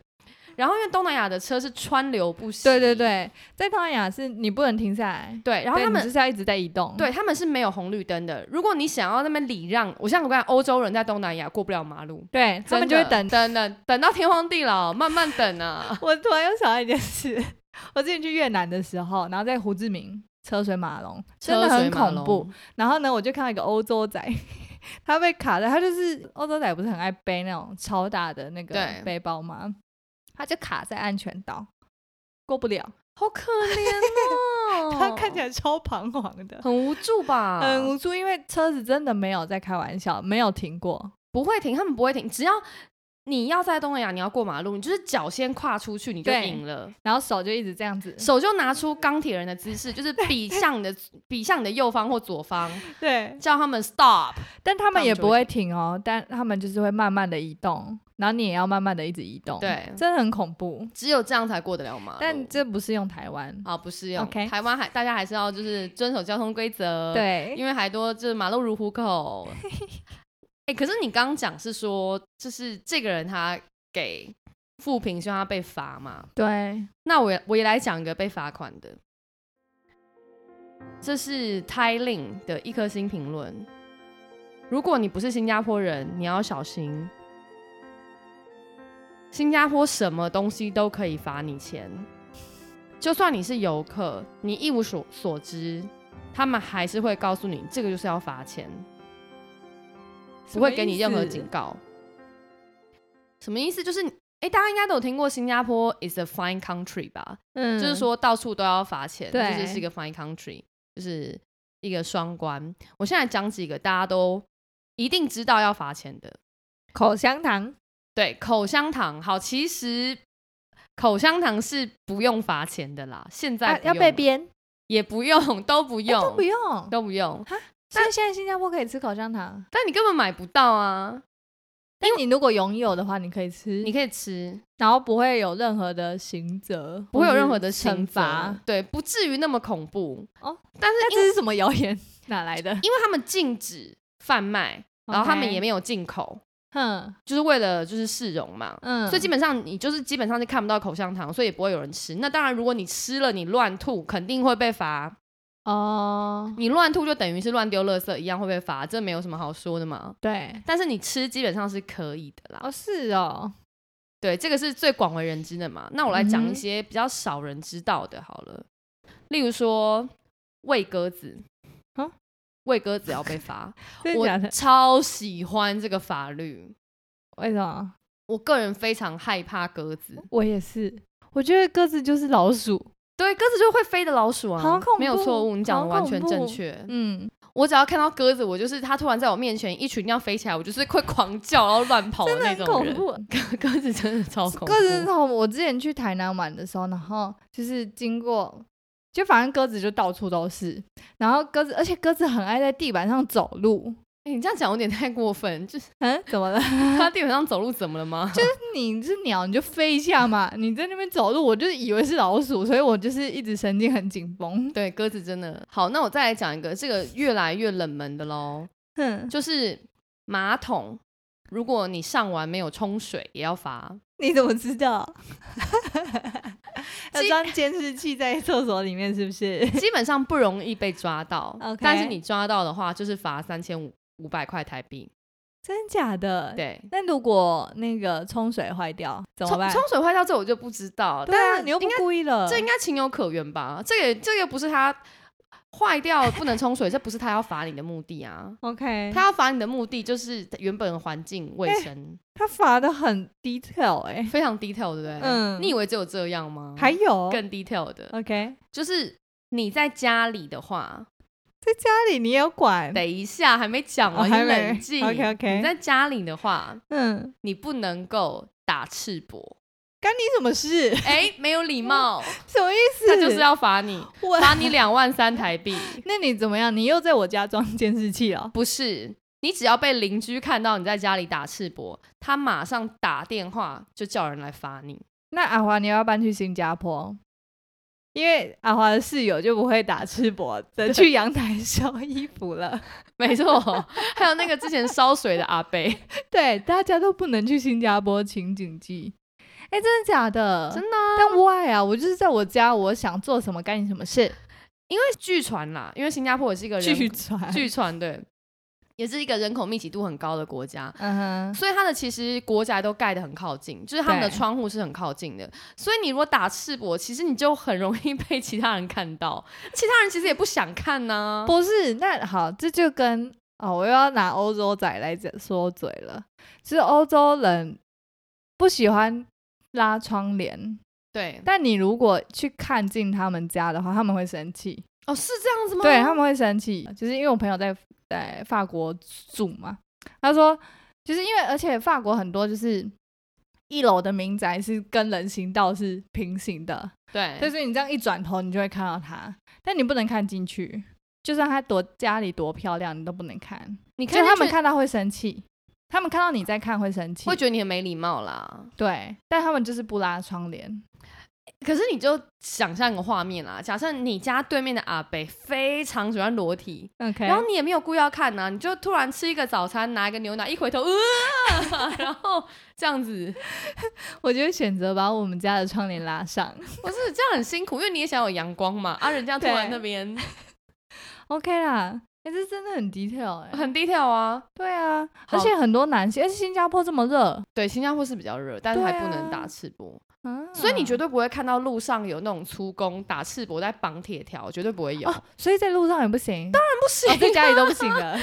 Speaker 1: 然后因为东南亚的车是川流不息，
Speaker 2: 对对对，在东南亚是你不能停下来，
Speaker 1: 对，然后
Speaker 2: 对
Speaker 1: 他
Speaker 2: 你
Speaker 1: 们
Speaker 2: 就是要一直在移动。
Speaker 1: 对，他们是没有红绿灯的。如果你想要那边礼让，我像我跟你讲，欧洲人在东南亚过不了马路，
Speaker 2: 对，他们就
Speaker 1: 真
Speaker 2: 会
Speaker 1: 的
Speaker 2: 等。。
Speaker 1: 等等等到天荒地老，慢慢等啊
Speaker 2: 我突然又想到一件事，我之前去越南的时候，然后在胡志明车水马龙，真的
Speaker 1: 车水
Speaker 2: 很
Speaker 1: 马
Speaker 2: 恐
Speaker 1: 龙
Speaker 2: 怖。，然后呢，我就看到一个欧洲仔， 他被卡在，他就是欧洲仔不是很爱背那种超大的那个
Speaker 1: 对
Speaker 2: 背包吗？他就卡在安全岛，过不了。
Speaker 1: 好可怜哦。
Speaker 2: 他看起来超彷徨的，
Speaker 1: 很无助吧？
Speaker 2: 很无助，因为车子真的没有在开玩笑，没有停过。
Speaker 1: 不会停，他们不会停，只要。你要在东南亚，你要过马路，你就是脚先跨出去，你就
Speaker 2: 对
Speaker 1: 赢了。
Speaker 2: 然后手就一直这样子，
Speaker 1: 手就拿出钢铁人的姿势， 就是比向你的比向你的右方或左 方，
Speaker 2: 对，
Speaker 1: 叫他们 stop。
Speaker 2: 但他
Speaker 1: 他
Speaker 2: 们
Speaker 1: 们
Speaker 2: 也
Speaker 1: 就
Speaker 2: 不
Speaker 1: 会
Speaker 2: 会停哦，但他们就是会慢慢的移动，然后你也要慢慢的一直移动，
Speaker 1: 对哦
Speaker 2: 真的很恐怖。
Speaker 1: 只有这样才过得了马路。
Speaker 2: 但这不是用台湾，
Speaker 1: 啊不适用。
Speaker 2: OK
Speaker 1: 台湾还大家还是要就是遵守交通规则。，
Speaker 2: 对，
Speaker 1: 哦因为还多就是马路如虎口。哎、可是你刚刚讲是说，就是这个人他给富平希望他被罚嘛？
Speaker 2: 对，
Speaker 1: 那我也我也来讲一个被罚款的，这是 Tylin 的一颗星评论。如果你不是新加坡人，你要小心。新加坡什么东西都可以罚你钱，就算你是游客，你一无所所知，他们还是会告诉你这个就是要罚钱，不会给你任何警告。什么意思？就是，哎，大家应该都有听过新加坡 is a fine country 吧？
Speaker 2: 嗯
Speaker 1: 就是，说到处都要罚钱，
Speaker 2: 对
Speaker 1: 这就是一个 fine country，就是一个双关。我现在讲几个大家都一定知道要罚钱的，
Speaker 2: 口香糖
Speaker 1: 对，口香糖。好，其实口香糖是不用罚钱的啦，现在、
Speaker 2: 啊要被，编，
Speaker 1: 也不用，都不
Speaker 2: 哎
Speaker 1: 用，
Speaker 2: 都不用。
Speaker 1: 都不用
Speaker 2: 但现在新加坡可以吃口香糖，
Speaker 1: 但你根本买不到啊，
Speaker 2: 但你如果拥有的话，你可以吃，
Speaker 1: 你可以吃，
Speaker 2: 然后不会有任何的刑责，
Speaker 1: 不会有任何
Speaker 2: 或
Speaker 1: 的
Speaker 2: 是惩
Speaker 1: 惩
Speaker 2: 罚
Speaker 1: 罚。，对，不至于那么恐怖。
Speaker 2: 哦，
Speaker 1: 但是
Speaker 2: 那这是什么谣言？哪来的？
Speaker 1: 因为他们禁止贩卖，然后他们
Speaker 2: OK
Speaker 1: 也没有进口
Speaker 2: 哼，
Speaker 1: 就是为了就是市容嘛。
Speaker 2: 嗯，
Speaker 1: 所以基本上你就是基本上是看不到口香糖，所以也不会有人吃。那当然，如果你吃了，你乱吐肯定会被罚。
Speaker 2: 哦，
Speaker 1: 你乱吐就等于是乱丢垃圾一样会被罚，这没有什么好说的嘛。
Speaker 2: 对，
Speaker 1: 但是你吃基本上是可以的啦。
Speaker 2: 哦是哦，
Speaker 1: 对，这个是最广为人知的嘛。那我来讲
Speaker 2: 嗯哼
Speaker 1: 一些比较少人知道的，好了，例如说喂鸽子
Speaker 2: 啊，
Speaker 1: 喂鸽子要被罚。
Speaker 2: 真的假
Speaker 1: 我
Speaker 2: 的？
Speaker 1: 超喜欢这个法律，
Speaker 2: 为什么？
Speaker 1: 我个人非常害怕鸽子。
Speaker 2: 我也是，我觉得鸽子就是老鼠。
Speaker 1: 对，鸽子就是会飞的老鼠啊，
Speaker 2: 好恐怖
Speaker 1: 没有错误，你讲的
Speaker 2: 好恐
Speaker 1: 完全正
Speaker 2: 怖
Speaker 1: 确。
Speaker 2: 嗯，
Speaker 1: 我只要看到鸽子，我就是它突然在我面前一群这样飞起来，我就是会狂叫然后乱跑的那
Speaker 2: 很
Speaker 1: 种
Speaker 2: 恐
Speaker 1: 人。
Speaker 2: 怖。
Speaker 1: 鸽鸽子真的超恐怖，
Speaker 2: 鸽子是从我之前去台南玩的时候，然后就是经过，就反正鸽子就到处都是，然后鸽子，而且鸽子很爱在地板上走路。
Speaker 1: 诶你这样讲有点太过分，就是
Speaker 2: 嗯，怎么了？
Speaker 1: 它地板上走路怎么了吗？ 就是
Speaker 2: 你是鸟，你就飞一下嘛。你在那边走路，我就以为是老鼠，所以我就是一直神经很紧绷。
Speaker 1: 对鸽子真的好。那我再来讲一个，这个越来越冷门的喽，
Speaker 2: 哼，
Speaker 1: 就是马桶，如果你上完没有冲水也要罚。
Speaker 2: 你怎么知道？ 要
Speaker 1: 这
Speaker 2: 装监视器在厕所里面是不是？
Speaker 1: 基本上不容易被抓到
Speaker 2: OK
Speaker 1: 但是你抓到的话，就是罚三千五五百块台币。
Speaker 2: 真假的？。
Speaker 1: 对，
Speaker 2: 那如果那个冲水坏掉怎么
Speaker 1: 冲
Speaker 2: 办？
Speaker 1: 冲水坏掉这我就不知道，
Speaker 2: 对啊，
Speaker 1: 但
Speaker 2: 你又不故意了。
Speaker 1: 这应该情有可原吧？这个这个不是他坏 掉不能冲水，这不是他要罚你的目的啊。
Speaker 2: OK，
Speaker 1: 他要罚你的目的就是原本的环境卫生、
Speaker 2: 他罚的很 detail 哎、
Speaker 1: 非常 detail，对不对？
Speaker 2: 嗯
Speaker 1: 你以为只有这样吗？
Speaker 2: 还有呃
Speaker 1: 更 detail 的，
Speaker 2: OK，
Speaker 1: 就是你在家里的话，
Speaker 2: 在家里你也有管，
Speaker 1: 等一下还没讲
Speaker 2: 哦
Speaker 1: 完，
Speaker 2: 还
Speaker 1: 你
Speaker 2: 没
Speaker 1: 冷静。
Speaker 2: OK，OK
Speaker 1: 你在家里的话，
Speaker 2: 嗯，
Speaker 1: 你不能够打赤膊，
Speaker 2: 干你什么事？
Speaker 1: 哎、没有礼貌，
Speaker 2: 什么意思？
Speaker 1: 他就是要罚你，
Speaker 2: 我。
Speaker 1: 罚你两万三台币。
Speaker 2: 那你怎么样？你又在我家装监视器哦了？
Speaker 1: 不是，你只要被邻居看到你在家里打赤膊，他马上打电话就叫人来罚你。
Speaker 2: 那阿华，你要不要搬去新加坡？因为阿华的室友就不会打赤膊，只去阳台收衣服了。
Speaker 1: 没 错，还有那个之前烧水的阿贝，
Speaker 2: 对，大家都不能去新加坡，请谨记。哎，真的假的？
Speaker 1: 真
Speaker 2: 的、但 why 啊？我就是在我家，我想做什么干你什么事。
Speaker 1: 因为据传啦，因为新加坡也是一个人
Speaker 2: 据传，
Speaker 1: 据传对，也是一个人口密集度很高的国家。
Speaker 2: 嗯哼，
Speaker 1: 所以它的其实国宅都盖得很靠近，就是他们的
Speaker 2: 对
Speaker 1: 窗户是很靠近的。所以你如果打赤膊，其实你就很容易被其他人看到，其他人其实也不想看呢、
Speaker 2: 不是。那好，这就跟哦，我又要拿欧洲仔来讲说嘴了。就是欧洲人不喜欢拉窗帘，
Speaker 1: 对，
Speaker 2: 但你如果去看进他们家的话，他们会生气。
Speaker 1: 哦，是这样子吗？
Speaker 2: 对，他们会生气，就是因为我朋友在在法国住嘛，他说，就是因为而且法国很多就是一楼的民宅是跟人行道是平行的，
Speaker 1: 对，
Speaker 2: 所以你这样一转头，你就会看到它，但你不能看进去，就算它多家里多漂亮，你都不能看，
Speaker 1: 你
Speaker 2: 就
Speaker 1: 看
Speaker 2: 他
Speaker 1: 他
Speaker 2: 们
Speaker 1: 们看
Speaker 2: 看到会生气，他们看到你在看会生气
Speaker 1: 会，觉得你很没礼貌啦。
Speaker 2: 对，但他们就是不拉窗帘，
Speaker 1: 可是你就想象一个画面啦，假设你家对面的阿北非常喜欢裸体，
Speaker 2: OK，
Speaker 1: 然后你也没有故意要看呐、你就突然吃一个早餐，拿一个牛奶，一回头，呃， 然后这样子，
Speaker 2: 我就会选择把我们家的窗帘拉上。
Speaker 1: 不是这样很辛苦，因为你也想有阳光嘛，啊，人家突然
Speaker 2: 对
Speaker 1: 那边
Speaker 2: OK 啦，哎、这真的很 detail 哎、
Speaker 1: 很 detail 啊。
Speaker 2: 对啊，
Speaker 1: 好
Speaker 2: 而且很多男性，而且新加坡这么热，
Speaker 1: 对，新加坡是比较热，但是
Speaker 2: 对
Speaker 1: 还
Speaker 2: 啊
Speaker 1: 不能打赤膊，嗯
Speaker 2: 啊
Speaker 1: 所以你绝对不会看到路上有那种粗工打赤膊在绑铁条，绝对不会有。
Speaker 2: 哦，所以在路上也不行，当然
Speaker 1: 不行
Speaker 2: 在家里都不行了。
Speaker 1: 啊，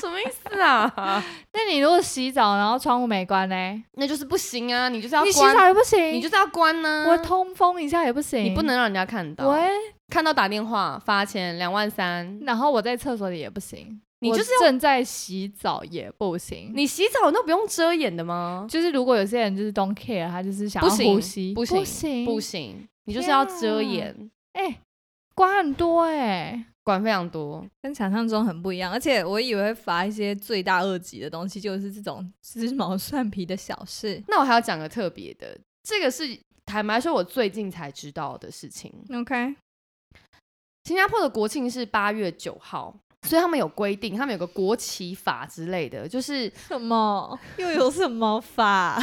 Speaker 1: 什么意思 啊？
Speaker 2: 那你如果洗澡然后窗户没关呢？
Speaker 1: 那就是不行啊，你就是要
Speaker 2: 你洗
Speaker 1: 关，
Speaker 2: 澡也不行，
Speaker 1: 你就是要关呢、
Speaker 2: 我通风一下也不行，
Speaker 1: 嗯你不能让人家看到，
Speaker 2: 喂，
Speaker 1: 看到打电话罚钱两万三，
Speaker 2: 然后我在厕所里也不行，
Speaker 1: 你就是
Speaker 2: 我正在洗澡也不行。
Speaker 1: 你洗澡都不用遮掩的吗？
Speaker 2: 就是如果有些人就是 don't care，他就是想要
Speaker 1: 不行
Speaker 2: 呼吸，
Speaker 1: 不行
Speaker 2: 不行，
Speaker 1: 不行，你就是要遮掩，
Speaker 2: 哎、管很多哎、
Speaker 1: 管非常多。
Speaker 3: 跟想象中很不一样，而且我以为会罚一些罪大恶极的东西，就是这种鸡毛 蒜皮的小事。
Speaker 1: 那我还要讲个特别的，这个是坦白说，我最近才知道的事情。
Speaker 2: OK，
Speaker 1: 新加坡的国庆是八月九号，所以他们有规定，他们有个国旗法之类的，就是
Speaker 3: 什么？又有什么法。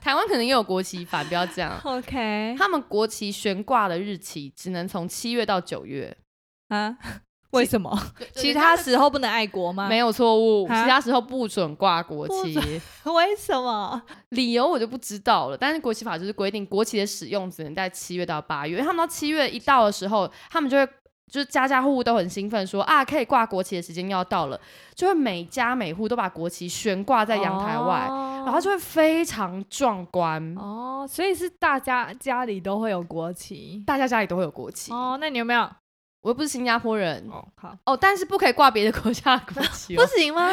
Speaker 1: 台湾可能也有国旗法，不要这样
Speaker 3: ？OK
Speaker 1: 他们国旗悬挂的日期只能从七月到九月，
Speaker 3: 啊？ 为什么？其他时候不能爱国吗？
Speaker 1: 没有错误，其
Speaker 3: 啊
Speaker 1: 他时候不准挂国
Speaker 3: 不
Speaker 1: 旗。
Speaker 3: 有， 为什么？
Speaker 1: 理由我就不知道了，但是国旗法就是规定国旗的使用只能在七月到八月，因为他们到七月一到的时候，他们就会就是家家户户都很兴奋说啊，可以挂国旗的时间要到了，就会每家每户都把国旗悬挂在阳台外，
Speaker 2: 哦
Speaker 1: 然后就会非常壮观，
Speaker 2: 哦，所以是大家家里都会有国旗
Speaker 1: 大家家里都会有国旗。
Speaker 2: 哦。那你有没有？
Speaker 1: 我又不是新加坡人
Speaker 2: 哦，好，
Speaker 1: 哦，但是不可以挂别的国家的国 旗、哦，
Speaker 3: 不行吗？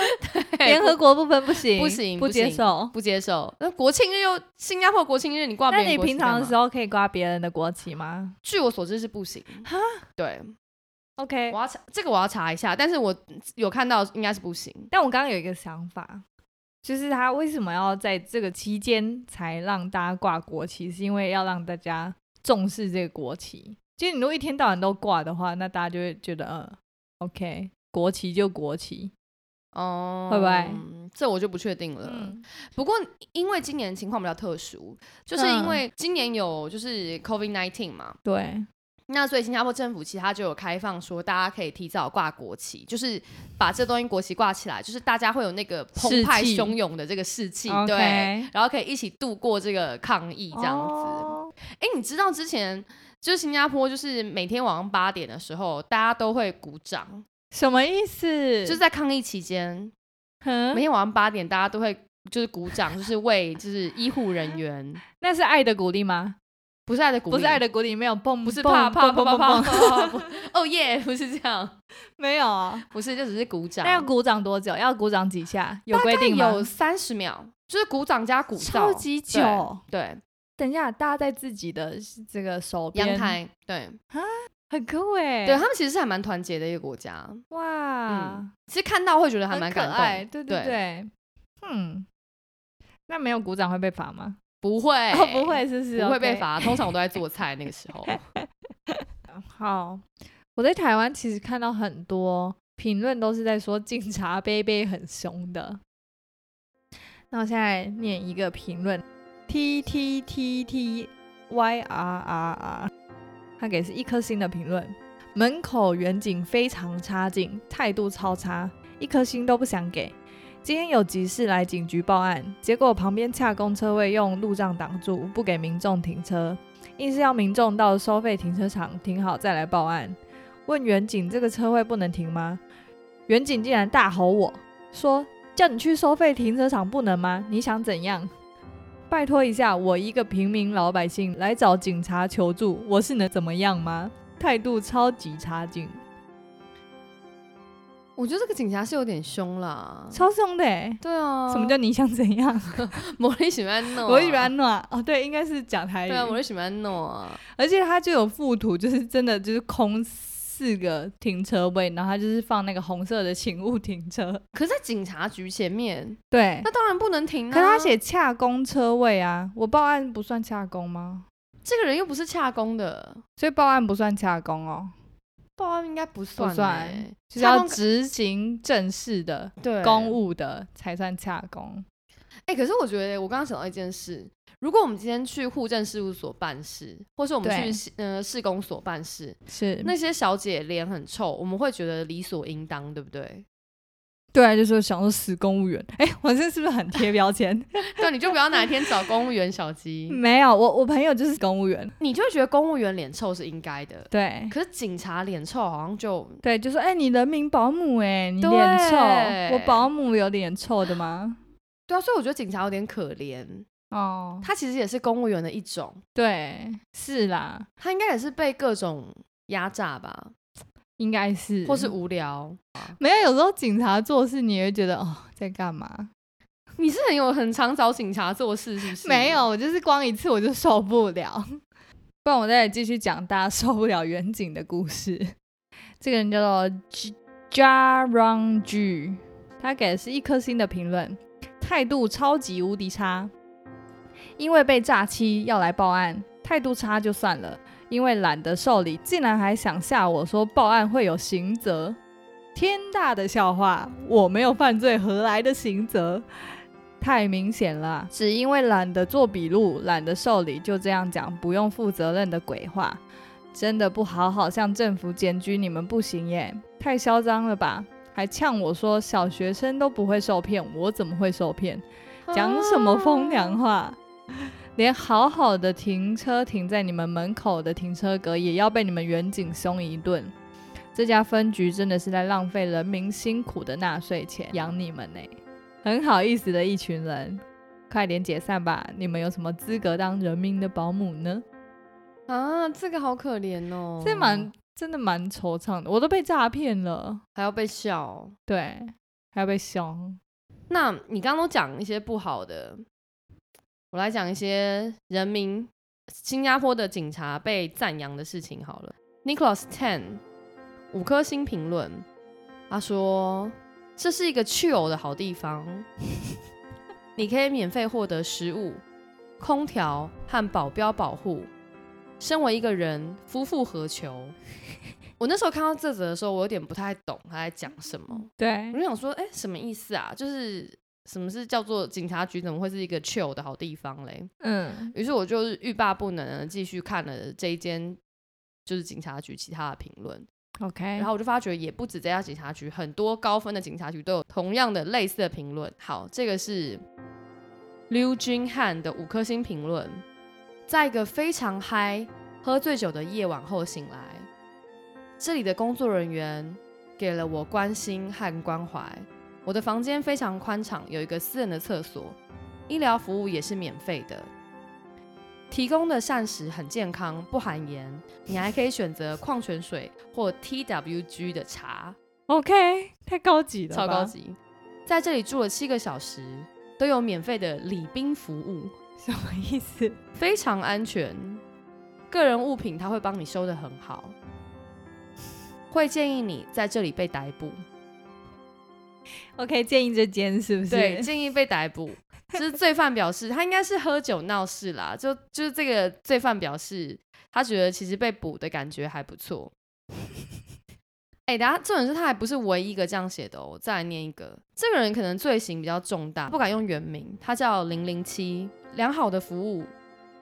Speaker 3: 联合国部分不行，
Speaker 1: 不行
Speaker 3: 不
Speaker 1: 不
Speaker 3: 接
Speaker 1: 行
Speaker 3: 受。
Speaker 1: 不接受。那国庆日又新加坡国庆日，你挂别
Speaker 2: 那
Speaker 1: 人
Speaker 2: 你
Speaker 1: 国旗
Speaker 2: 平常的
Speaker 1: 干
Speaker 2: 时
Speaker 1: 嘛，
Speaker 2: 候可以挂别人的国旗吗
Speaker 1: 据我所知是不行。哈，对，
Speaker 2: ？OK，
Speaker 1: 我要查这个，我要查一下，但是我有看到应该是不行，
Speaker 2: 但我刚刚有一个想法，就是他为什么要在这个期间才让大家挂国旗，是因为要让大家重视这个国旗。其实你如果一天到晚都挂的话，那大家就会觉得，嗯，OK，国旗就国旗。
Speaker 1: 哦、
Speaker 2: 会不会
Speaker 1: 这我就不确定了。
Speaker 2: 嗯，
Speaker 1: 不过因为今年情况比较特殊，就是因
Speaker 2: 嗯
Speaker 1: 为今年有就是 COVID nineteen 嘛，
Speaker 2: 对，
Speaker 1: 那所以新加坡政府其实它就有开放说，大家可以提早挂国旗，就是把这东西国旗挂起来，就是大家会有那个澎湃
Speaker 2: 士气
Speaker 1: 汹涌的这个士气，对。
Speaker 2: OK，
Speaker 1: 然后可以一起度过这个抗疫这样子。
Speaker 2: 哦
Speaker 1: 哎、你知道之前就是新加坡，就是每天晚上八点的时候，大家都会鼓掌，
Speaker 2: 什么意思？
Speaker 1: 就是在抗疫期间，每
Speaker 2: 嗯，
Speaker 1: 天晚上八点大家都会就是鼓掌，就是为就是医护人员，
Speaker 2: 那是爱的鼓励吗？
Speaker 1: 不是爱的鼓励，
Speaker 2: 不是爱，的鼓励，啊没有蹦，
Speaker 1: 不是
Speaker 2: 蹦
Speaker 1: 怕怕
Speaker 2: 蹦
Speaker 1: 怕怕
Speaker 2: 蹦
Speaker 1: 怕
Speaker 2: 蹦
Speaker 1: 怕，不哦耶，不是这样，
Speaker 2: 没有啊。
Speaker 1: 不是，就只是鼓掌
Speaker 2: 那，要鼓掌多久？要鼓掌几下？有规定吗？
Speaker 1: 有三十秒，就是鼓掌加鼓
Speaker 2: 超
Speaker 1: 噪，
Speaker 2: 级久。
Speaker 1: 对，
Speaker 2: 等一下，大家在自己的这个手边
Speaker 1: 阳，台，对，
Speaker 2: 很酷哎、
Speaker 1: 对他们其实是还蛮团结的一个国家，
Speaker 2: 哇，
Speaker 1: 嗯其实看到会觉得还
Speaker 2: 很
Speaker 1: 蛮
Speaker 2: 可
Speaker 1: 感
Speaker 2: 爱，
Speaker 1: 动，
Speaker 2: 对对对，嗯，那没有鼓掌会被罚吗？
Speaker 1: 不会
Speaker 2: 哦，不会，是不是
Speaker 1: 不会被
Speaker 2: OK
Speaker 1: 罚。通常我都在做菜那个时 候，
Speaker 2: 好，我在台湾其实看到很多评论都是在说警察杯杯很凶的。那我现在念一个评论，t t t t y r r r，他给是一颗星的评论。门口远景非常差劲，态度超差，一颗星都不想给。今天有急事来警局报案，结果旁边恰公车位用路障挡住，不给民众停车。硬是要民众到收费停车场停好再来报案。问远景这个车位不能停吗？远景竟然大吼我说：“叫你去收费停车场不能吗？你想怎样？”拜托一下，我一个平民老百姓来找警察求助，我是能怎么样吗？态度超级差劲，
Speaker 1: 我觉得这个警察是有点凶啦。
Speaker 2: 超凶的、欸。
Speaker 1: 对啊，
Speaker 2: 什么叫你想怎样？
Speaker 1: 魔力喜欢弄？
Speaker 2: 我喜欢暖哦，对，应该是讲台语。
Speaker 1: 对啊，魔力喜欢弄啊。
Speaker 2: 而且它就有附图， 就是真的就是空四个停车位，然后它就是放那个红色的请勿停车。
Speaker 1: 可是在警察局前面，
Speaker 2: 对，
Speaker 1: 那当然不能停啊。
Speaker 2: 可是他写恰公车位啊，我报案不算恰公吗？
Speaker 1: 这个人又不是洽工的，
Speaker 2: 所以报案不算恰公哦，
Speaker 1: 报案应该不算
Speaker 2: 不算
Speaker 1: 欸
Speaker 2: 就是
Speaker 1: 洽
Speaker 2: 要
Speaker 1: 公
Speaker 2: 执行正式的
Speaker 1: 对
Speaker 2: 公务的才算恰公。
Speaker 1: 哎，可是我觉得我刚刚想到一件事，如果我们今天去户政事务所办事，或是我们
Speaker 2: 对
Speaker 1: 去市呃市公所办事，
Speaker 2: 是
Speaker 1: 那些小姐脸很臭，我们会觉得理所应当，对不对？
Speaker 2: 对啊，就是想说死公务员。 哎、我这是不是很贴 标签？
Speaker 1: 对，啊你就不要哪一天找公务员小鸡，
Speaker 2: 没有，我我朋友就是公务员。
Speaker 1: 你就会觉得公务员脸臭是应该的，
Speaker 2: 对
Speaker 1: 可是警察脸臭好像就
Speaker 2: 对，就说哎、你人民保姆哎、你脸臭，
Speaker 1: 对
Speaker 2: 我保姆有脸臭的吗？
Speaker 1: 对啊，所以我觉得警察有点可怜，
Speaker 2: 哦，
Speaker 1: 他其实也是公务员的一种，
Speaker 2: 对，是啦，
Speaker 1: 他应该也是被各种压榨吧，
Speaker 2: 应该是，
Speaker 1: 或是无聊。
Speaker 2: 没有。有时候警察做事，你也会觉得哦，在干嘛？
Speaker 1: 你是很有很常找警察做事，是不是？
Speaker 2: 没有，，我就是光一次我就受不了。 不然我再继续讲大家受不了远景的故事。这个人叫做 J- Jaron G，他给的是一颗星的评论，态度超级无敌差。因为被诈欺要来报案，态度差就算了，因为懒得受理，竟然还想吓我说报案会有刑责。天大的笑话！我没有犯罪，何来的刑责？太明显了啊，只因为懒得做笔录，懒得受理，就这样讲不用负责任的鬼话，真的不好好向政府检举你们不行耶，太嚣张了吧！还呛我说小学生都不会受骗，我怎么会受骗？讲什么风凉话？连好好的停车停在你们门口的停车格也要被你们远景凶一顿，这家分局真的是在浪费人民辛苦的纳税钱养你们呢、很好意思的一群人，快点解散吧！你们有什么资格当人民的保姆呢？
Speaker 1: 啊？这个好可怜哦，
Speaker 2: 这蛮真的蛮惆怅的，我都被诈骗了，
Speaker 1: 还要被笑。哦
Speaker 2: 对，还要被凶。
Speaker 1: 那你刚刚都讲一些不好的，我来讲一些人民新加坡的警察被赞扬的事情好了。Nicholas Ten 五颗星评论，他说这是一个去偶的好地方，你可以免费获得食物、空调和保镖保护。身为一个人，夫复何求？ 我那时候看到这则的时候，我有点不太懂他在讲什么。
Speaker 2: 对
Speaker 1: 我就想说，哎、什么意思啊？就是什么是叫做警察局怎么会是一个 chill 的好地方嘞？
Speaker 2: 嗯，
Speaker 1: 于是我就是欲罢不能地继续看了这一间就是警察局其他的评论，
Speaker 2: ，OK，
Speaker 1: 然后我就发觉也不止这家警察局，很多高分的警察局都有同样的类似的评论。好，这个是 Liu Jun Han 的五颗星评论，在一个非常嗨、喝醉酒的夜晚后醒来，这里的工作人员给了我关心和关怀。我的房间非常宽敞，有一个私人的厕所，医疗服务也是免费的。提供的膳食很健康，不含盐。你还可以选择矿泉水或 TWG 的茶，
Speaker 2: OK，太高级了，
Speaker 1: 超高。级。在这里住了七个小时，都有免费的礼宾服务，
Speaker 2: 什么意思？
Speaker 1: 非常安全。个人物品他会帮你收的很好，会建议你在这里被逮捕。
Speaker 2: OK，建议这间是不是？
Speaker 1: 对，建议被逮捕。就是罪犯表示，他应该是喝酒闹事啦。就就是这个罪犯表示，他觉得其实被捕的感觉还不错。哎、等下，重点是他还不是唯一一个这样写的哦。我再来念一个，这个人可能罪行比较重大，不敢用原名，他叫零零七。良好的服务，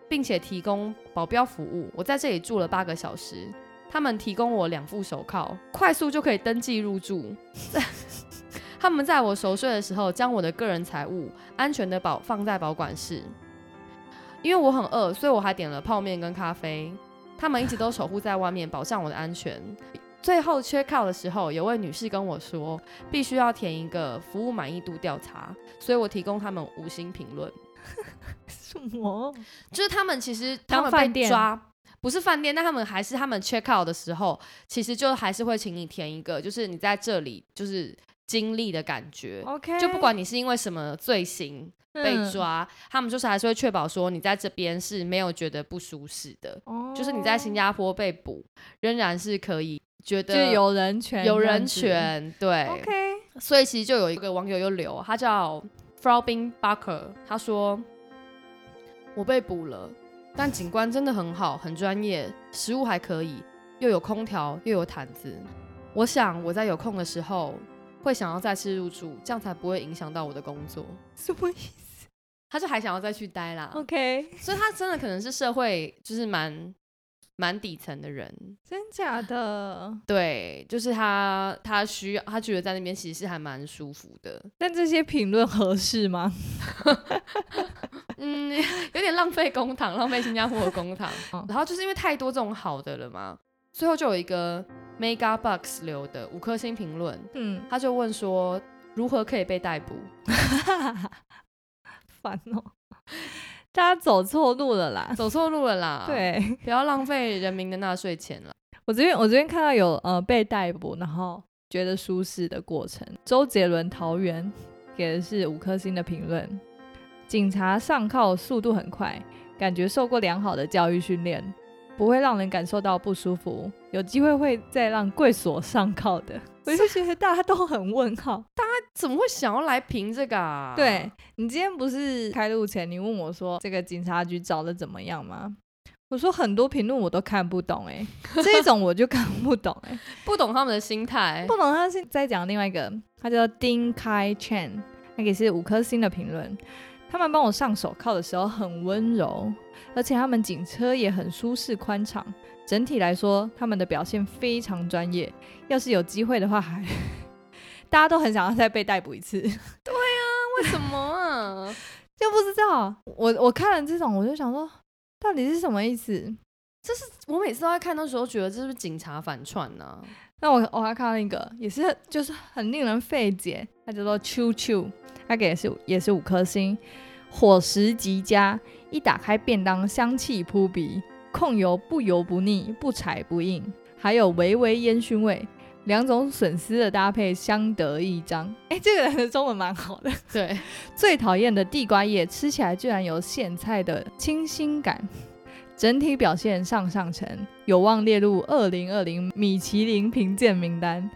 Speaker 1: 并且提供保镖服务。我在这里住了八个小时，他们提供我两副手铐，快速就可以登记入住。他们在我熟睡的时候，将我的个人财物安全的保放在保管室。因为我很饿，所以我还点了泡面跟咖啡。他们一直都守护在外面，保障我的安全。最后缺靠的时候，有位女士跟我说，必须要填一个服务满意度调查，所以我提供他们五星评论。
Speaker 2: 什么？
Speaker 1: 就是他们其实他
Speaker 2: 当
Speaker 1: 们
Speaker 2: 饭
Speaker 1: 被
Speaker 2: 店
Speaker 1: 抓，不是饭店，但他们还是他们 check out 的时候，其实就还是会请你填一个，就是你在这里就是经历的感觉。
Speaker 2: OK，
Speaker 1: 就不管你是因为什么罪行被
Speaker 2: 嗯
Speaker 1: 抓，他们就是还是会确保说你在这边是没有觉得不舒适的，
Speaker 2: 嗯，
Speaker 1: 就是你在新
Speaker 2: 加
Speaker 1: 加坡被捕，仍然是可以觉
Speaker 2: 就
Speaker 1: 得
Speaker 2: 有人权，
Speaker 1: 有人。权，对。
Speaker 2: OK，
Speaker 1: 所以其实就有一个网友又留，他叫 Frobin Barker，他说：“我被捕了，但警官真的很好，很专业，食物还可以，又有空调，又有毯子。我想我在有空的时候会想要再次入住，这样才不会影响到我的工作。
Speaker 2: 什么意思？
Speaker 1: 他就还想要再去待啦。
Speaker 2: OK，
Speaker 1: 所以他真的可能是社会就是蛮蛮底层的人，
Speaker 2: 真假的？
Speaker 1: 对，就是他他需要他觉得在那边其实是还蛮舒服的，
Speaker 2: 但这些评论合适吗？
Speaker 1: 嗯， 有点浪费公堂，浪费新加坡的公堂
Speaker 2: 哦。
Speaker 1: 然后就是因为太多这种好的了嘛，最后就有一个 Mega Box 留的五颗星评论，
Speaker 2: 嗯，
Speaker 1: 他就问说如何可以被逮捕？
Speaker 2: 烦哦，大家走错路了啦。
Speaker 1: 走错路了啦，，
Speaker 2: 对
Speaker 1: 不要浪费人民的纳税钱了。
Speaker 2: 我这边，我这边看到有呃被逮捕，然后觉得舒适的过程。周杰伦桃园给的是五颗星的评论，警察上铐速度很快，感觉受过良好的教育训练，不会让人感受到不舒服，有机会会再让贵所上铐的。 我就觉得大家都很问号。
Speaker 1: 怎么会想要来评这个啊？
Speaker 2: 对，你今天不是开录前你问我说这个警察局找的怎么样吗？我说很多评论我都看不懂、欸，哎，这一种我就看不懂、欸，哎，
Speaker 1: 不懂他们的心态
Speaker 2: 不。懂他是在讲另外一个，他叫丁开 Chen，那个也是五颗星的评论。他们帮我上手铐的时候很温柔，而且他们警车也很舒适宽敞。整体来说，他们的表现非常专业。要是有机会的话还， 大家都很想要再被逮捕一次。
Speaker 1: 为 什么啊？
Speaker 2: 就不知道。我我看了这种，我就想说，到底是什么意思？
Speaker 1: 我每次都在看的时候，觉得这是不是警察反串啊呢、
Speaker 2: 那我我还看到一个，也是就是很令人费解，它叫做啾啾，它给的是也是五颗星，伙食极佳，一打开便当香气扑鼻，控油不油不腻，不柴不硬，还有微微烟熏味。两种笋丝的搭配相得益彰。哎，这个人 的中文蛮好的。
Speaker 1: 对，
Speaker 2: 最讨厌的地瓜叶，吃起来居然有苋菜的清新感。 整体表现上上乘，有望列入二零二零米其林评鉴名单。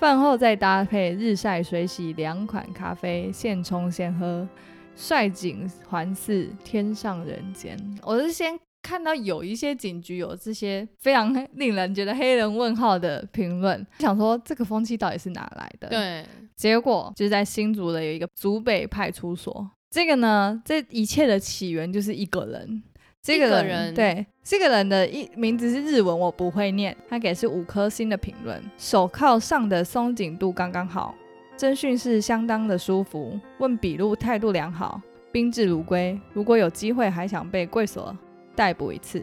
Speaker 2: 饭后再搭配日晒水洗两款咖啡，现冲现喝，率景环视，天上人间。我是先看到有一些警局有这些非常令人觉得黑人问号的评论，想说这个风气到底是哪来的？
Speaker 1: 对，
Speaker 2: 结果就是在新竹的有一个竹北派出所。这个呢，这一切的起源就是一个人。这
Speaker 1: 一个
Speaker 2: 人
Speaker 1: 人
Speaker 2: 对这个人的一名字是日文，我不会念。他给是五颗星的评论，手铐上的松紧度刚刚好，侦讯是相当的舒服，问笔录态度良好，宾至如归。如果有机会，还想被贵所逮捕一次。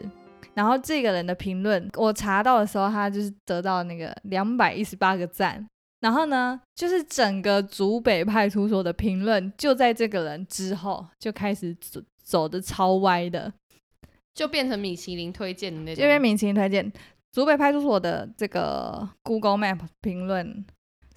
Speaker 2: 然后这个人的评论，我查到的时候，他就是得到那个两百一十八个赞。然后呢，就是整个竹北派出所的评论，就在这个人之后就开始走走的超歪的，
Speaker 1: 就变成米其林推荐的那
Speaker 2: 这边
Speaker 1: 种。
Speaker 2: 明星推荐竹北派出所的这个 Google Map 评论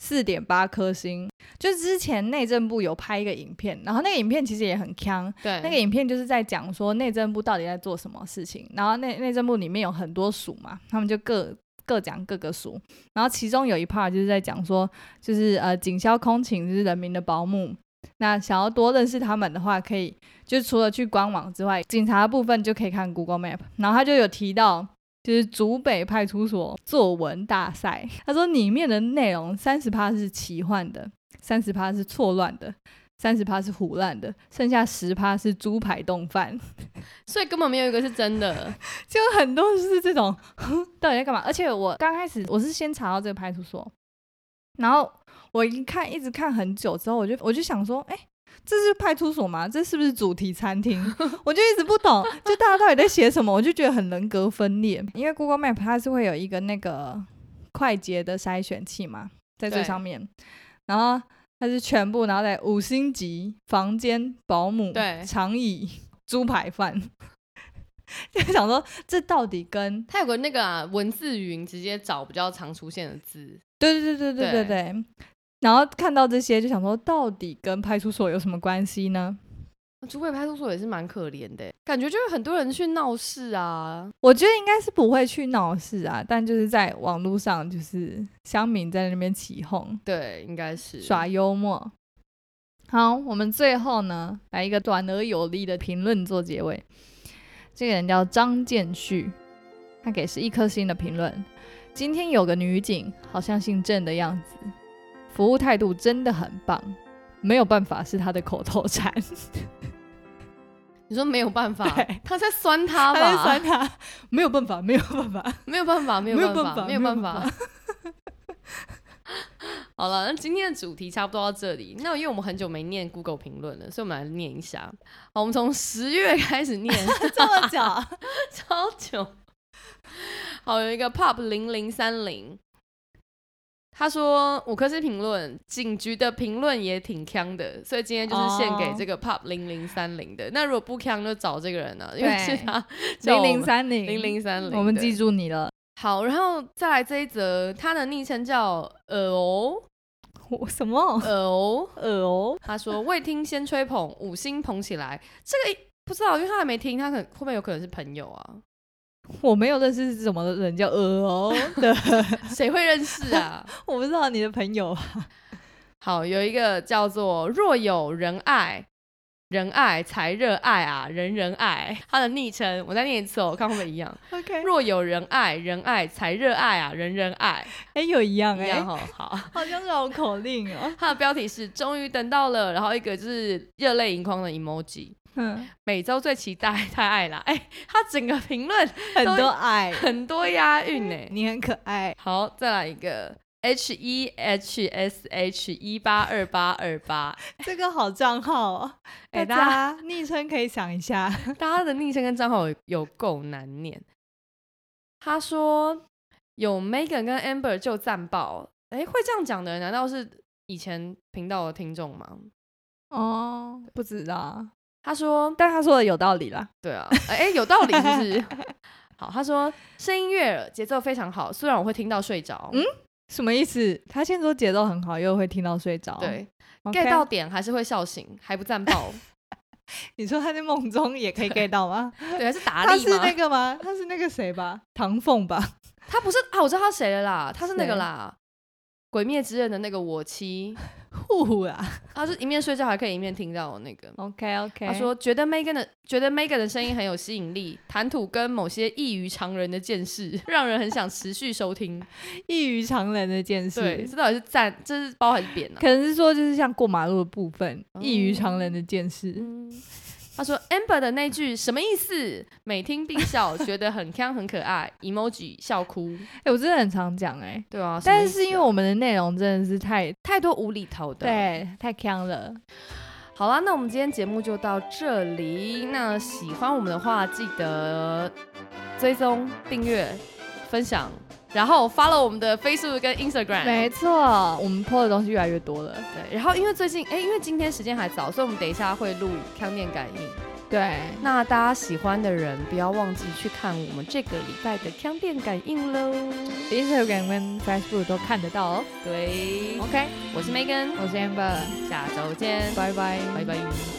Speaker 2: 四点八颗星，就之前内政部有拍一个影片，然后那个影片其实也很强，
Speaker 1: 对，
Speaker 2: 那个影片就是在讲说内政部到底在做什么事情，然后内内政部里面有很多署嘛，他们就各各讲各个署，然后其中有一 part 就是在讲说，就是呃警消空勤就是人民的保姆，那想要多认识他们的话，可以就除了去官网之外，警察的部分就可以看 Google Map，然后他就有提到。就是竹北派出所作文大赛，他说里面的内容三十趴是奇幻的，三十趴是错乱的，三十趴是胡乱的，剩下十趴是猪排冻饭，
Speaker 1: 所以根本没有一个是真的。
Speaker 2: 就很多是这种 到底在干嘛？而且我刚开始我是先查到这个派出所，然后我一看一直看很久之后，我就我就想说，哎、这是派出所吗？这是不是主题餐厅？ 我就一直不懂，就大家到底在写什么？我就觉得很人格分裂。因为 Google Map 它是会有一个那个快捷的筛选器嘛，在最
Speaker 1: 对
Speaker 2: 上面，然后它是全部，然后在五星级房间、保姆、
Speaker 1: 对
Speaker 2: 长椅、猪排饭， 就想说这到底跟
Speaker 1: 它有个那个啊，文字云直接找比较常出现的字，
Speaker 2: 对对对对对对对。然后看到这些，就想说，到底跟派出所有什么关系呢？
Speaker 1: 竹北派出所也是蛮可怜的，欸感觉就是很多人去闹事啊。
Speaker 2: 我觉得应该是不会去闹事啊，但就是在网络上，就是乡民在那边起哄，
Speaker 1: 对，应该是
Speaker 2: 耍幽默。好，我们最后呢，来一个短而有力的评论做结尾。这个人叫张建旭，他给是一颗星的评论。今天有个女警，好像姓郑的样子，服务态度真的很棒，没有办法是她的口头禅。
Speaker 1: 你说没有办法
Speaker 2: 对，
Speaker 1: 他在酸他
Speaker 2: 他在
Speaker 1: 吧？
Speaker 2: 酸他，没有办法，没有办 法，
Speaker 1: 没有办法，没
Speaker 2: 没有
Speaker 1: 有办
Speaker 2: 办
Speaker 1: 法，
Speaker 2: 法
Speaker 1: 没有
Speaker 2: 没有
Speaker 1: 办
Speaker 2: 办
Speaker 1: 法。 好了，那今天的主题差不多到这里。那因为我们很久没念 Google 评论了，所以我们来念一下。好，我们从十月开始念，
Speaker 2: 这么讲，
Speaker 1: 超久。好，有一个 Pop 零零三零，他说五颗星评论，警局的评论也挺呛的，所以今天就是献给
Speaker 2: 哦
Speaker 1: 这个 Pop 零零三零的。那如果不呛，就找这个人啊，因为是
Speaker 2: 对
Speaker 1: 他
Speaker 2: 零零三零
Speaker 1: 零零三零，
Speaker 2: 我们
Speaker 1: 对
Speaker 2: 记住你了，
Speaker 1: 好，然后再来这一则，他的昵称叫呃哦
Speaker 2: 我什么
Speaker 1: 呃哦，
Speaker 2: 耳哦？
Speaker 1: 他说未听先吹捧，五星捧起来。这个不知道，因为他还没听，他可能会不会有可能是朋友啊？
Speaker 2: 我没有认识什么人叫耳哦的，
Speaker 1: 谁会认识啊？
Speaker 2: 我不知道你的朋友啊，
Speaker 1: 好，有一个叫做“若有人爱，人爱才热爱啊，人人爱”，他的昵称，我再念一次哦，看会不会一样。
Speaker 2: OK，
Speaker 1: 若有人爱，人爱才热爱啊，人人爱，
Speaker 2: 哎，有一样
Speaker 1: 一
Speaker 2: 哎
Speaker 1: 样，哦。好，
Speaker 2: 好像绕口令哦，
Speaker 1: 他的标题是“终于等到了”，然后一个就是热泪盈眶的 emoji。
Speaker 2: 嗯，
Speaker 1: 每周最期待太爱啦！哎、他整个评论
Speaker 2: 很
Speaker 1: 都
Speaker 2: 多爱，
Speaker 1: 很多押韵呢、
Speaker 2: 你很可爱，
Speaker 1: 好，再来一个 H E H S H 一八二八二八，
Speaker 2: 这个好账号 哦，
Speaker 1: 哎
Speaker 2: 大家昵称可以想一下，
Speaker 1: 大家的昵称跟账号有有够难念。他说有 Megan 跟 Amber 就赞爆，哎、会这样讲的人难道是以前频道的听众吗？
Speaker 2: 哦，不知道，
Speaker 1: 他说
Speaker 2: 但他说的有道理啦，
Speaker 1: 对啊，哎、诶有道理是不 是？好，他说声音悦耳，节奏非常好，虽然我会听到睡着，
Speaker 2: 嗯什么意思？他先说节奏很好，又会听到睡着，
Speaker 1: 对
Speaker 2: OK
Speaker 1: ，get 到点还是会笑醒，还不赞爆，
Speaker 2: 你说他在梦中也可以 get 到吗？
Speaker 1: 对，还是达
Speaker 2: 他
Speaker 1: 利
Speaker 2: 是
Speaker 1: 吗？
Speaker 2: 那个 吗？他是那个谁吧？唐凤吧？
Speaker 1: 他不是啊，我知道他谁了啦，他是那个
Speaker 2: 谁
Speaker 1: 啦，《鬼灭之刃》的那个我妻，
Speaker 2: 呼啊
Speaker 1: 他是一面睡觉还可以一面听到我那 个。
Speaker 2: ！OK OK，
Speaker 1: 他说觉得 Megan 的觉得 Megan 的声音很有吸引力，谈吐跟某些异于常人的见识，让人很想持续收听。
Speaker 2: 异于常人的见识，
Speaker 1: 对，这到底是赞，这是包还是啊贬呢、
Speaker 2: 可能是说就是像过马路的部分，
Speaker 1: 哦
Speaker 2: 异于常人的见识。
Speaker 1: 嗯，他说 Amber 的那句什么意思？每听必笑，觉得很 c 很可爱，emoji 笑哭。
Speaker 2: 哎、我真的很常讲哎、
Speaker 1: 对啊，什么
Speaker 2: 但
Speaker 1: 意
Speaker 2: 是因为
Speaker 1: 思啊
Speaker 2: 我们的内容真的是太
Speaker 1: 太多无厘头的。，
Speaker 2: 对啊太强了，
Speaker 1: 好啦，那我们今天节目就到这里。那喜欢我们的话，记得追踪、订阅、分享，然后 follow 我们的 Facebook 跟 Instagram。
Speaker 2: 没错，我们 PO 的东西越来越多了。
Speaker 1: 对，然后因为最近，哎，因为今天时间还早，所以我们等一下会录康店感应。
Speaker 2: 对，
Speaker 1: 那大家喜欢的人，不要忘记去看我们这个礼拜的康店感应喽。
Speaker 2: Instagram 跟 Facebook 都看得到哦。
Speaker 1: 对
Speaker 2: OK，
Speaker 1: 我是 Megan，
Speaker 2: 我是 Amber，
Speaker 1: 下周见，
Speaker 2: 拜拜，
Speaker 1: 拜拜